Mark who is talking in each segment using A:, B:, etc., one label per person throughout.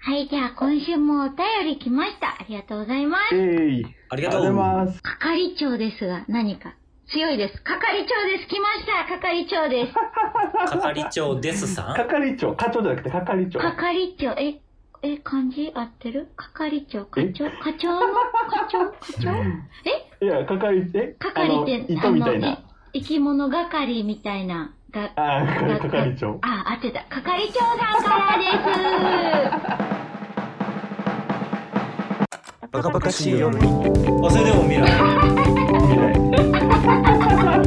A: はい、じゃあ今週もお便り来ました。ありがとうございま
B: え
A: す。
B: い。
C: あ
B: あ
C: りがとう
B: りがとうございます。
A: 係長ですが、何か強いです。係長です。来ました。係長です。
C: 係長ですさん。
B: 係長、課長じゃなくて係長。
A: 係長、え、え、漢字合ってる係長、課長、課長の課長、課長え
B: いや、係って、あ
A: 係
B: の、
A: って、
B: 糸みたい
A: い
B: な。
A: 生き物係みたいな、が、
B: ああ、
A: が
B: 係係長。
A: あ、合ってた。係長さんから
C: バカバカしいよ。あ、それでも未来。
B: 未来。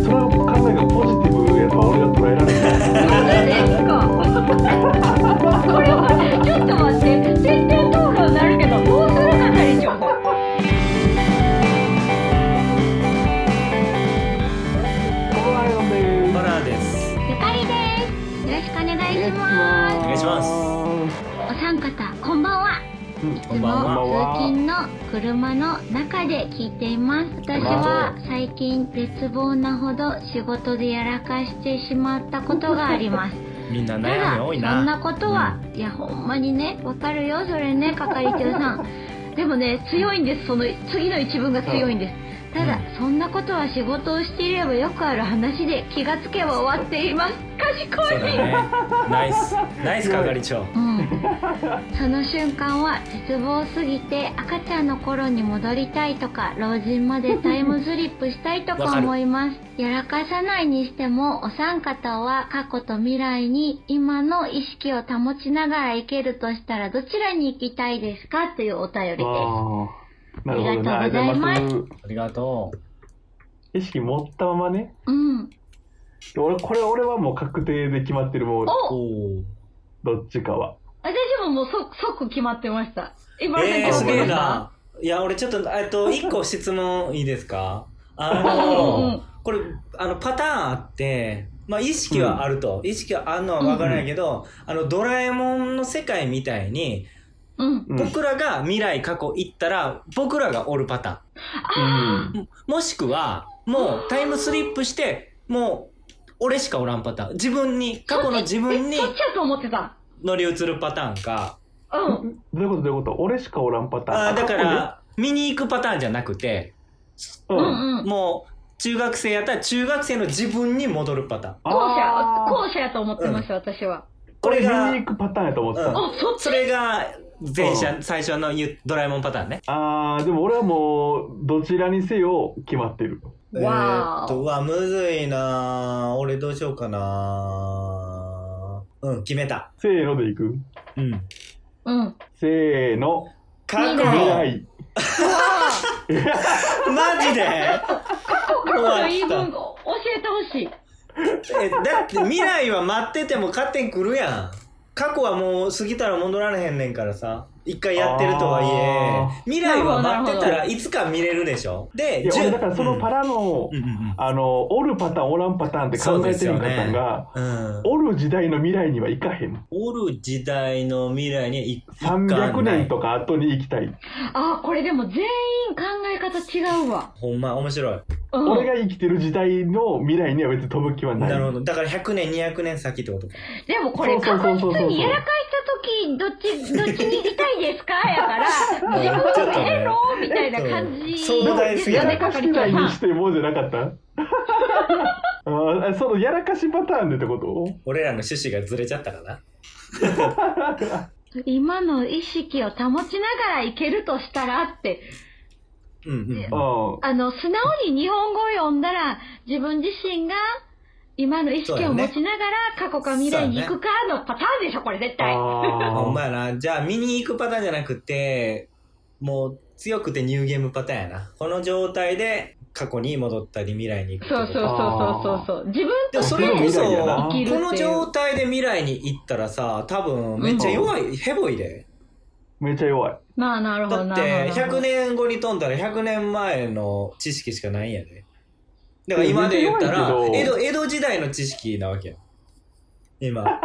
B: その考えがポジティブやと俺は捉えられない。
A: です。ですかこれは、ちょっと待って、全然討論になるけど、どうする係長
B: おはようで
C: バラです。
A: ゆかりです。よろしくお願いし
B: す。
A: ます。
C: 願いします
A: お三方、こんばんは。
B: うん
A: いつも通勤の車の中で聞いています私は最近絶望なほど仕事でやらかしてしまったことがあります
C: みんな
A: た
C: 悩
A: だ
C: み
A: そ
C: 多い
A: ん
C: な。
A: なことは、いやほんまにねわかるよそれね係長さ んでもね強いんですその次の一文が強いんですただ、そんなことは仕事をしていればよくある話で気がつけば終わっています賢
C: そう
A: い
C: だね。ナイス。ナイス係長。
A: うん、その瞬間は絶望すぎて赤ちゃんの頃に戻りたいとか老人までタイムスリップしたいと
C: わ
A: か
C: かる
A: 思いますやらかさないにしてもお三方は過去と未来に今の意識を保ちながら生けるとしたらどちらに行きたいですかというお便りです
B: ああ、なるほどね。
A: あ
B: あ
A: りがとうござ
B: りがとうござ
A: い
B: います。
C: ありがとう。
B: 意識持ったままね。
A: うん
B: 俺、これ俺はもう確定で決まってる、もう、
C: お
A: お
C: お。
B: どっちかは。
A: 私ももう即即決まってました今
C: えー、
A: さっ
C: す
A: き思いま
C: げえ
A: した
C: な。いや、俺ちょっと、えっと、一個質問いいですかあ
A: うんうんう
C: の
A: ん、
C: これ、あの、パターンあって、まあ、意識はあると。意識はあるのはわからないけど、あの、ドラえもんの世界みたいに、
A: うん
B: うん。
C: 僕らが未来、過去行ったら、僕らがおるパターン。
B: うん
C: もしくは、もうタイムスリップして、もう、俺しかおらんパターン。自分に、過去の自分に
A: そっちやと思ってた
C: 乗り移るパターンか。
A: うん
B: どういうことどういうこと俺しかおらんパターン。
C: あーだから、見に行くパターンじゃなくて、
B: 過去
A: う
B: ね、うん
A: んうん
C: もう、中学生やったら中学生の自分に戻るパターン。
A: 後者
B: あー
A: 後者やと思ってました、私は
C: これ
B: 俺
C: が
B: 見に、行くパターンやと思ってた。
C: うん
A: あそっち
C: それが、前
B: う
C: 者、最初の言うドラえもんパターンね。
B: ああ、でも俺はもう、どちらにせよ決まってる。
A: わー
C: えーっと、うわ、むずいなー俺どうしようかなーうん、決めた。
B: せーので行く
C: うん。
A: うん
B: せーの。
C: 過去
B: 未来。
C: マジで
A: 過去の言い分教えてほしい
C: えだって未来は待ってても勝手に来るやん過去はもう過ぎたら戻られへんねんからさ一回やってるとはいえ
B: あー
C: 未来は待って
A: な
C: た
A: るほ
C: らいつか見れるでしょで
B: いや、
C: じゅ
B: 俺だからそのパラの、
C: うんうん
B: あの、おるパターン、おらんパターンって考えてるパターンが、
C: うんうん
B: おる時代の未来には行かへん。
C: おる時代の未来にい一貫ない
B: 300年とか後に行きたい。
A: あこれでも全員考え方違うわ、
C: ほんま面白い
A: うん、
B: 俺が生きてる時代の未来には別に飛ぶ気はない。
C: なるほどだから100年200年先ってことか
A: でもこれ
B: そう
A: 確
B: そうそうそ
A: 実
B: う
A: にやらかした時どっちどっちに行きたいですか やから
C: もうち
A: 自
C: ょっ
A: 分
C: と
A: の
C: ね
A: エロみたいな感じです
C: そう
B: で
C: 壮
B: も
C: 大すぎる
A: よ
B: や
A: ね
B: らかして
A: 係
B: ない
A: 長
B: に
A: さ
B: してもじゃなかった あーそのやらかしパターンでってこと
C: 俺らの趣旨がずれちゃったかなん
A: 今の意識を保ちながらいけるとしたらって
C: うんうんう
B: う
C: ん
B: ん。
A: あの素直に日本語を読んだら自分自身が今の意識を持ちながら過去か未来に行くかのパターンでしょこれ絶対
B: あ
C: ほんま
B: ー
C: やな。じゃあ、見に行くパターンじゃなくて、もう、強くてニューゲームパターンやな。この状態で、過去に戻ったり、未来に行くって
A: そ
C: こ
A: う
C: と
A: そうそうそうそうそう自分
C: でも
A: と
C: そ
A: し
C: れ
A: て
C: こそ、
B: 未来やな
C: この状態で未来に行ったらさ、多分、めっちゃ弱い、ヘボいで。
B: めっちゃ弱い。
A: まあなるほ
C: だ
A: どな
C: って、
A: るほど
C: 100年後に飛んだら100年前の知識しかないんやで。だから今で言った
B: め
C: ら、
B: っちゃ弱
C: 江
B: いけ
C: 戸、江戸時代の知識なわけや。今。
B: まだ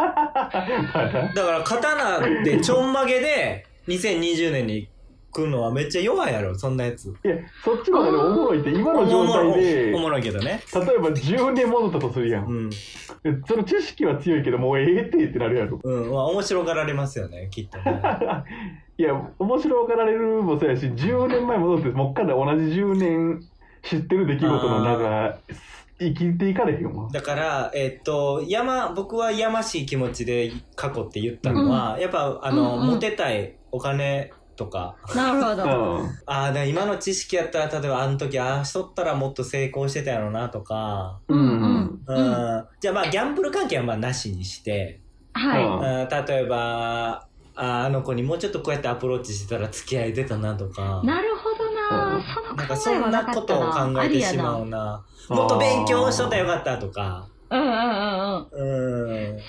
C: だから刀でちょんまげで2020年にくんのはめっちゃ弱いやろそんなやつ
B: いや、そっちの方がねおもろいって、今の状態で、
C: お
B: 例え
C: もろいけどね
B: ば10年戻ったとするや。
C: うんん、
B: その知識は強いけど、もうええってってなるやろ。
C: うんまあ、面白がられますよねきっとね
B: いや、面白がられるもそうやし、10年前戻って、もっから同じ10年知ってる出来事の中、生きていかれへんわ。
C: だから、えっと、山、僕はやましい気持ちで過去って言ったのは、やっぱ、あの、
A: うんうん
C: モテたいお金とか、
A: なるほど。
B: う
C: ああ、だから今の知識やったら、例えばあの時、ああしとったらもっと成功してたやろなとか、
B: ん。う。
A: うんんう
C: う。
A: んん。
C: じゃあまあ、ギャンブル関係はまあなしにして、
A: は
C: うん、例えば、ああの子にもうちょっとこうやってアプローチしてたら付き合い出たなとか
A: い。、なるほど
B: う
A: なんその
C: なん
A: 考
C: かそ
A: え
C: ん
A: はな
C: な
A: か
C: こ
A: った
C: とを考
A: な。あ
C: え
A: り
C: て
A: や
C: し
A: な。
C: ま
A: う
C: うんな。もっと勉強しとったらよかったとか、
A: うんうんうん。
C: うん。
A: それはで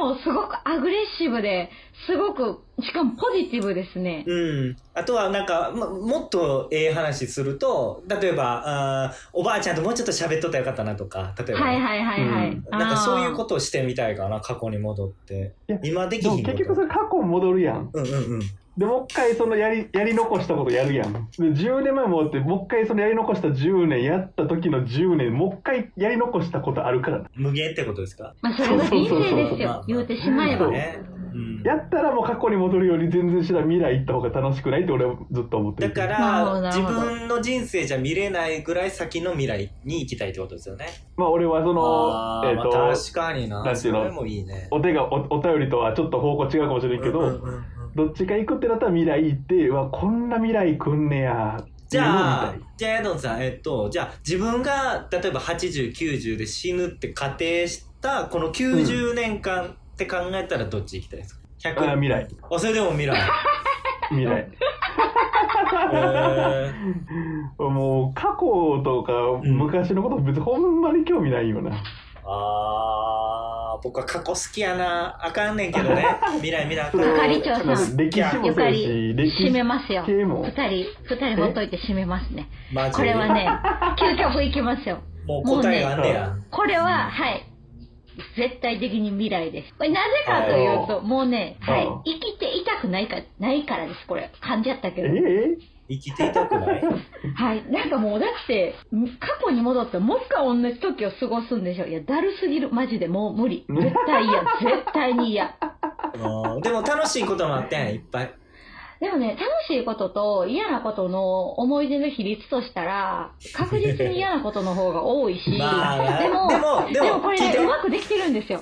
A: もすごくアグレッシブで、すごく、しかもポジティブですね。
C: うん、あとはなんか、ま、もっとええ話すると例えばあーおばあちゃんともうちょっと喋っとったらよかったなとか例えば、
A: はいはいはいは
B: う
A: い。
B: ん。
C: なんかそういうこととをしてみたいかな過去に戻って
B: いや
C: 今でき
B: で
C: ひ
B: も
C: んこ
B: 結
C: と
B: 局それ過去戻るやん。
C: うんうんうん
B: でもう一回そのやりやり残したことやるやん。で10年前戻ってもう一回そのやり残した10年やった時の10年もう一回やり残したことあるからな
C: 無限ってことですか
A: まあそれが人生です
C: まあまあ
A: よ。言うてしまえば
C: そう。ね、うん、
B: やったらもう過去に戻るより全然知らん未来行った方が楽しくないって俺はずっと思って
C: だ
B: る
C: か
A: なるほ
C: ら
A: どな
C: 自
A: るほど
C: 分の人生じゃ見れないぐらい先の未来に行きたいってことですよね
B: まあ俺はそ
C: あ
B: の
C: ー
B: えっ、
C: まあ
B: と、
C: 確かにな
B: なんていうの
C: それもいいね
B: お手がおお便りとはちょっと方向違うかもしれんけど、
C: うんうんうんうん
B: どっちか行くってなったら未来行ってうわこんな未来来んねやって
C: じ
B: いうのを見
C: ゃあ
B: たい、
C: じゃあ、ヤドンさん、えっと、じゃあ、自分が、例えば80、90で死ぬって仮定した、この90年間って考えたらどっち行きたいですか
B: あー
C: ?100。
B: 未来
C: あ、それでも未来。
B: 未 来
C: えー
B: もう過去とか
C: ん
B: 昔のこと別にほんまに興味ないよな、
C: あー、僕は過去好きやな。あかんねんけ どね。未来未来あかん。
A: 係長さん
B: 歴史も
A: ゆ
B: そう
A: か
B: や
A: り
B: し、歴
A: 締め
B: 史
A: ますよ。二
B: 系も。
A: 人、二人ほっといて締めますね。
C: マジ
A: こ
C: で
A: れはね、究極いきますよ。
C: もう答えがあんねや。
A: これは、はい。絶対的に未来です。これなぜかというと、もうね、は
B: うん
A: い。生きていたくないか、ないからです、これ。感じやったけ
B: え
A: ど。
B: え
C: 生きていたくない
A: はい。なんかもう、だって、過去に戻って、もう一回同じ時を過ごすんでしょ。いや、だるすぎる。マジで、もう無理。絶対嫌。絶対に嫌。
C: うんでも楽しいこともあってん、いっぱい。
A: でもね、楽しいことと嫌なことの思い出の比率としたら、確実に嫌なことの方が多いし、
C: まあな
A: でも、
C: でもでも
A: これ
C: 聞いて
A: ね、うまくできてるんですよ。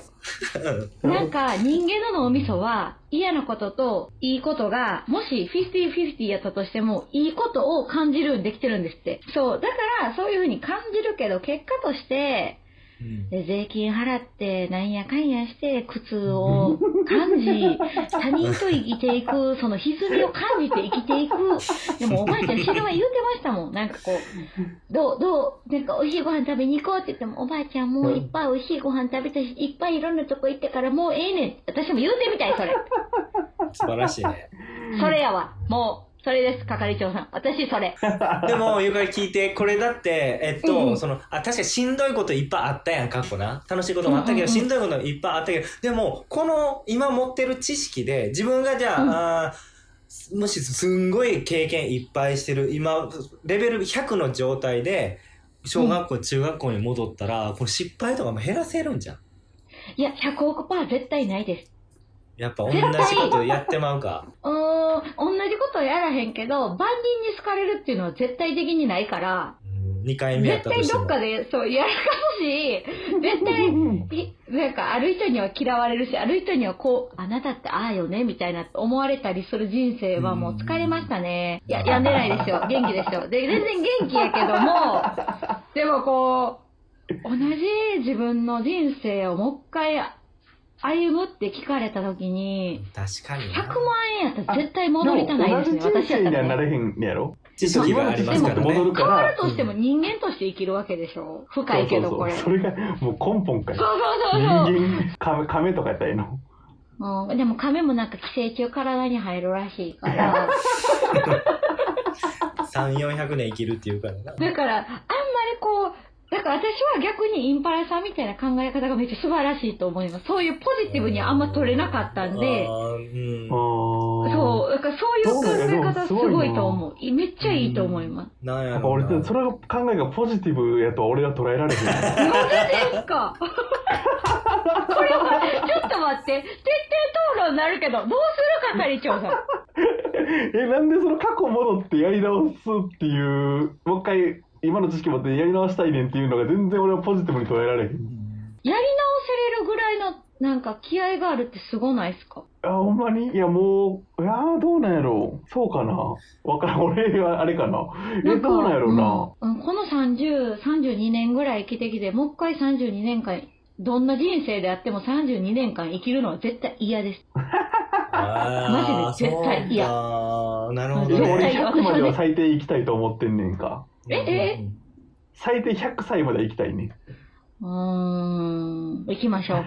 A: なんか、人間の脳みそは、嫌なことといいことが、もし50-50やったとしても、いいことを感じるようにできてるんですって。そう。だから、そういうふうに感じるけど、結果として、
C: うん
A: で税金払ってなんやかんやして苦痛を感じ 他人と生きていくその歪みを感じて生きていくでもおばあちゃん死ぬ前言うてましたもんなんかこうどうどうなんか美味しいご飯食べに行こうって言ってもおばあちゃんもういっぱい美味しいご飯食べたしいっぱいいろんなとこ行ってからもうええねん私も言うてみたいそれ
C: 素晴らしいね。
A: それやわもうそれです係長さん私それ
C: でも、ゆかり聞いて、これだって、えっ
A: うん
C: と、
A: うん
C: その、あ、確かにしんどいこといっぱいあったやん、過去な。楽しいこともあったけ
A: う
C: ど、
A: んうんうん
C: しんどいこといっぱいあったけど、でも、この、今持ってる知識で、自分がじゃあ、
A: うん
C: あーもしすんごい経験いっぱいしてる、今、レベル100の状態で、小学校、中学校に戻ったら、これ失敗とかも減らせるんじゃん。
A: いや100億パー絶対ないです
C: やっぱ同じことやってまうか。
A: うーん同じことやらへんけど万人に好かれるっていうのは絶対的にないから
C: 2回目やっ
A: 絶
C: たと
A: 対
C: して
A: どっ
C: も。
A: かでそうやるかもし絶 対ひなんかある人には嫌われるしある人にはこうあなたってああよねみたいな思われたりする人生はもう疲れましたねいややんでないですよ元気ですよで全然元気やけど もでもこう同じ自分の人生をもう一回歩むって聞かれた時に
C: 確かに
A: 100
C: な。
A: 万円やったら絶対戻りたないですね、
B: でも同じ
A: 私
B: 人
A: やった
B: 生にはな
A: ら、ね。
B: れへんねやろ
C: 知識がありますか
B: 今の
C: ら
B: 知識も戻
C: ね
B: る。か
A: 変わ
B: ら
A: るとしても人間として生きるわけでしょ深いけど、これ。
B: そ
A: そう
B: そうそうそれがもう根本か
A: う
B: ら
A: そうそう
B: 人間亀亀とかやったらええの
A: そう。うん、でも亀もなんか寄生虫体に入るらしい から。
C: 3、400年生きるっていうからな。
A: だから、あんまりこう、だから私は逆にインパラさんみたいな考え方がめっちゃ素晴らしいと思います。そういうポジティブにあんま取れなかったんで、
C: あーうん
A: そ
B: そ
A: うそう、だからそう
B: そうだよ
A: いう
B: で
A: 考え
B: も
A: 方す
B: すごいな
A: ごいと思う。いめっちゃいいと思います。
C: なんや
B: やっぱ
C: ろう
B: 俺
C: な
B: それが考えがポジティブやとは俺は捉えられへん
A: なんでですかこれは、ちょっと待って、徹底討論になるけど、どうする係長さん。
B: えなんでその過去戻ってやり直すっていうもう一回今の知識持ってやり直したいねんっていうのが全然俺はポジティブに捉えられへん
A: やり直せれるぐらいの、なんか気合があるってすごないですか
B: あほんまにいやもういやーどうなんやろうそうかなわからん 俺はあれかな
A: な
B: え
A: んか
B: どうなんやろうな
A: うんうんこの30、32年ぐらい生きてきて、もう一回32年間、どんな人生であっても32年間生きるのは絶対嫌です。
C: あー
A: マジで絶対嫌
C: そうかなるほ
B: で
C: ど
B: も
A: 絶
B: 俺
A: 対
C: ね
A: 嫌
B: 100までは最低行きたいと思ってんねんか
A: ええ
B: 最低100歳までは行きたいねん
A: うーん、行きまし ょう。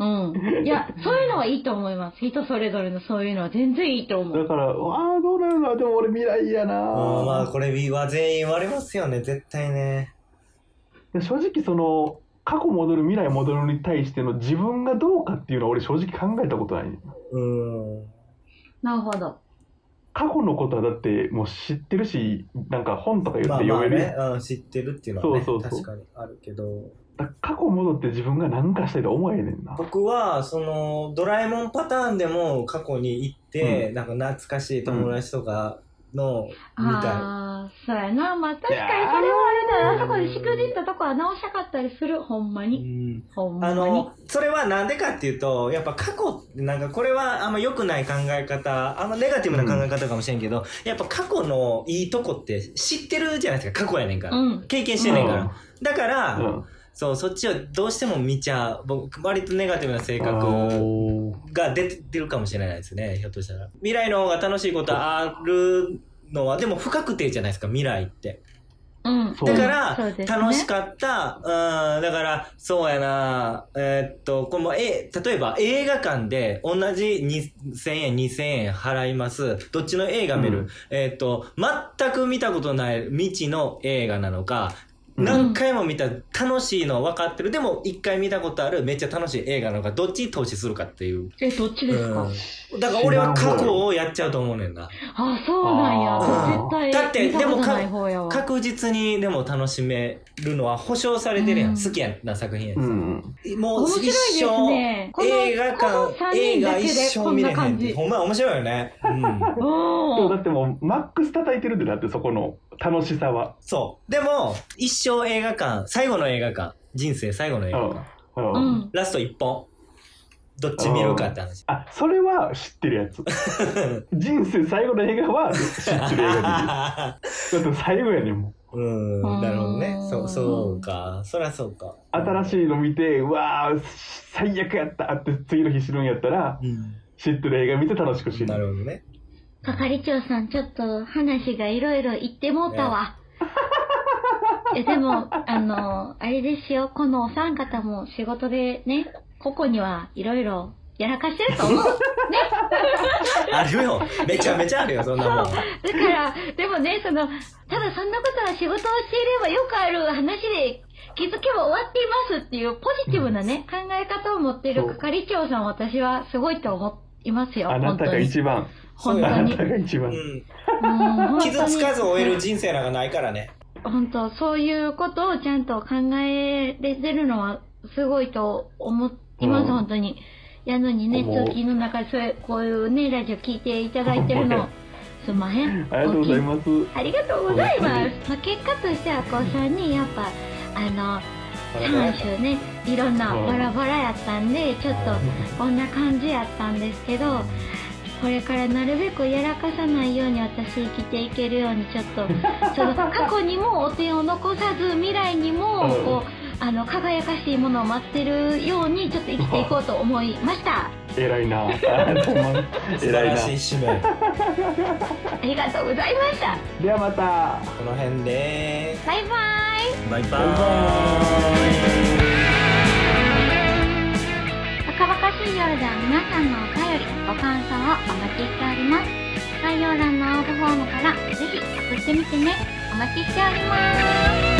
A: うん。いや、そういうのはいいと思います。人それぞれのそういうのは全然いいと思
B: だ
A: う。
B: からあーどうなんやろうなでも俺未来やな
C: うんまあこれは全員割れますよね絶対ね
B: で正直その過去戻る未来戻るに対しての自分がどうかっていうのは俺正直考えたことない
C: うん
A: なるほど。
B: 過去のことはだってもう知ってるしなんか本とか言
C: ま
B: っ
C: あ
B: て
C: ま
B: 読
C: あ
B: める、
C: ね、うん、知ってるっていうのはね
B: そうそうそう
C: 確かにあるけど
B: だから過去戻って自分が何かしたいと思えへんねんな
C: 僕はそのドラえもんパターンでも過去に行って、なんか懐かしい友達とかの見た
A: ああ、そうやな。まあ確かにそれはあれだな。あそこでしくじったとこは直したかったりする。ほんま
C: い、
A: に。
C: うん
A: ほんま
C: あ
A: に。
C: のそれはなんでかっていうとやっぱ過去ってなんかこれはあんま良くない考え方あんまネガティブな考え方かもしれんけど、やっぱ過去のいいとこって知ってるじゃないですか過去やねんから、
A: うん
C: 経験してんねんから、だから、
B: うんうん
C: そうそっちをどうしても見ちゃう僕割とネガティブな性格をが出てるかもしれないですねひょっとしたら未来の方が楽しいことあるのはでも不確定じゃないですか未来って
A: うん。
B: そう
C: だか
A: そう
C: ら、
A: ですね
C: 楽しかった、うん、だから、そうやな、えーっと、この、え、例えば映画館で同じ2000円、2000円払います。どっちの映画見
B: う
C: る、
B: ん
C: えーっと、全く見たことない未知の映画なのか、
B: うん
C: 何回も見た楽しいの分かってる。でも、一回見たことあるめっちゃ楽しい映画なのか、どっちに投資するかっていう。
A: え、どっちですか、
C: うん、だから俺は過去をやっちゃうと思うねんな。
A: あ、そうなんや。
B: あ
A: 絶対。
C: だって
A: 見たことない方やわ。
C: 確実にでも楽しめるのは保証されてるやん。
A: うん
C: 好きやな作品やん。
B: うん
C: もう
A: 面白い
C: 一
A: ですね
C: 生、
A: この
C: 映画
A: この三
C: 館、映
A: 人
C: 画
A: だけ
C: 一
A: で
C: 生見れへ
A: こんなん感じ
C: ほんま面白いよね。う ん。
B: でもだ
A: おー。
B: ってもうマックス叩いてるんでだってそこの楽しさは、
C: そう。でも、一生映画館、最後の映画館、人生最後の
B: う
C: 映画
B: ん
C: 館、
B: うん
A: うん。
C: ラスト一本。どっち見るかって話。
B: あそれは知ってるや つ人生最後の映画は知ってる映画でだって最後やねんもん
C: うん、なるほどね。そう、そうか。そりゃそうか。
B: 新
C: い。
B: しいの見てうわー最悪やったって次の日知るんやったら
C: う
B: 知ってる映画見て楽しくし
C: ん、なるほどね。
A: 係長さん、ちょっと話がいろいろ言ってもうたわ。え、でも、あの、あれですよ、このお三方も仕事でね、個々にはいろいろやらかしてると 思う。
C: あるよ。めちゃめちゃあるよ、そんなも
A: だ
C: ん。
A: から、でもね、その、ただそんなことは仕事をしていればよくある話で、気づけば終わっていますっていうポジティブなね、考え方を持っている
B: そう
A: 係長さん、私はすごいと思いますよ。
B: あなたが一番
A: 本当
B: あ
A: に。
B: なたが一
C: う
B: 番、
C: ん。
A: 本当に。
C: 傷つかず終える人生なんかないからね。
A: 本当、そういうことをちゃんと考えれてるのはすごいと思います、
B: うん
A: 本当に。やのにね、
B: 思う
A: 通勤の中でそういう、こういうね、ラジオ聞いていただいてるの、すんまへん。
B: ありがとうございます
A: ありがとうございます。まあ、結果としてはこう3人やっぱあの3種ねいろんな
B: うん
A: バラバラやったんでちょっとこんな感じやったんですけどこれからなるべくやらかさないように私生きていけるようにちょっと その過去にも汚点を残さず未来にも
B: うん
A: こうあの輝かしいものを待ってるようにちょっと生きていこうと思いました。
B: 偉いなありがとうございます
C: 素晴
B: 偉い
C: ら
B: な
C: しい使命。
A: ありがとうございました。
B: ではまた
C: この辺で
A: バイバイ。
C: バイバ
B: バイ
C: イ
A: 若々しい夜では皆さんのお便り、ご感想をお待ちしております。概要欄の応募フォームからぜひ送ってみてね。お待ちしております。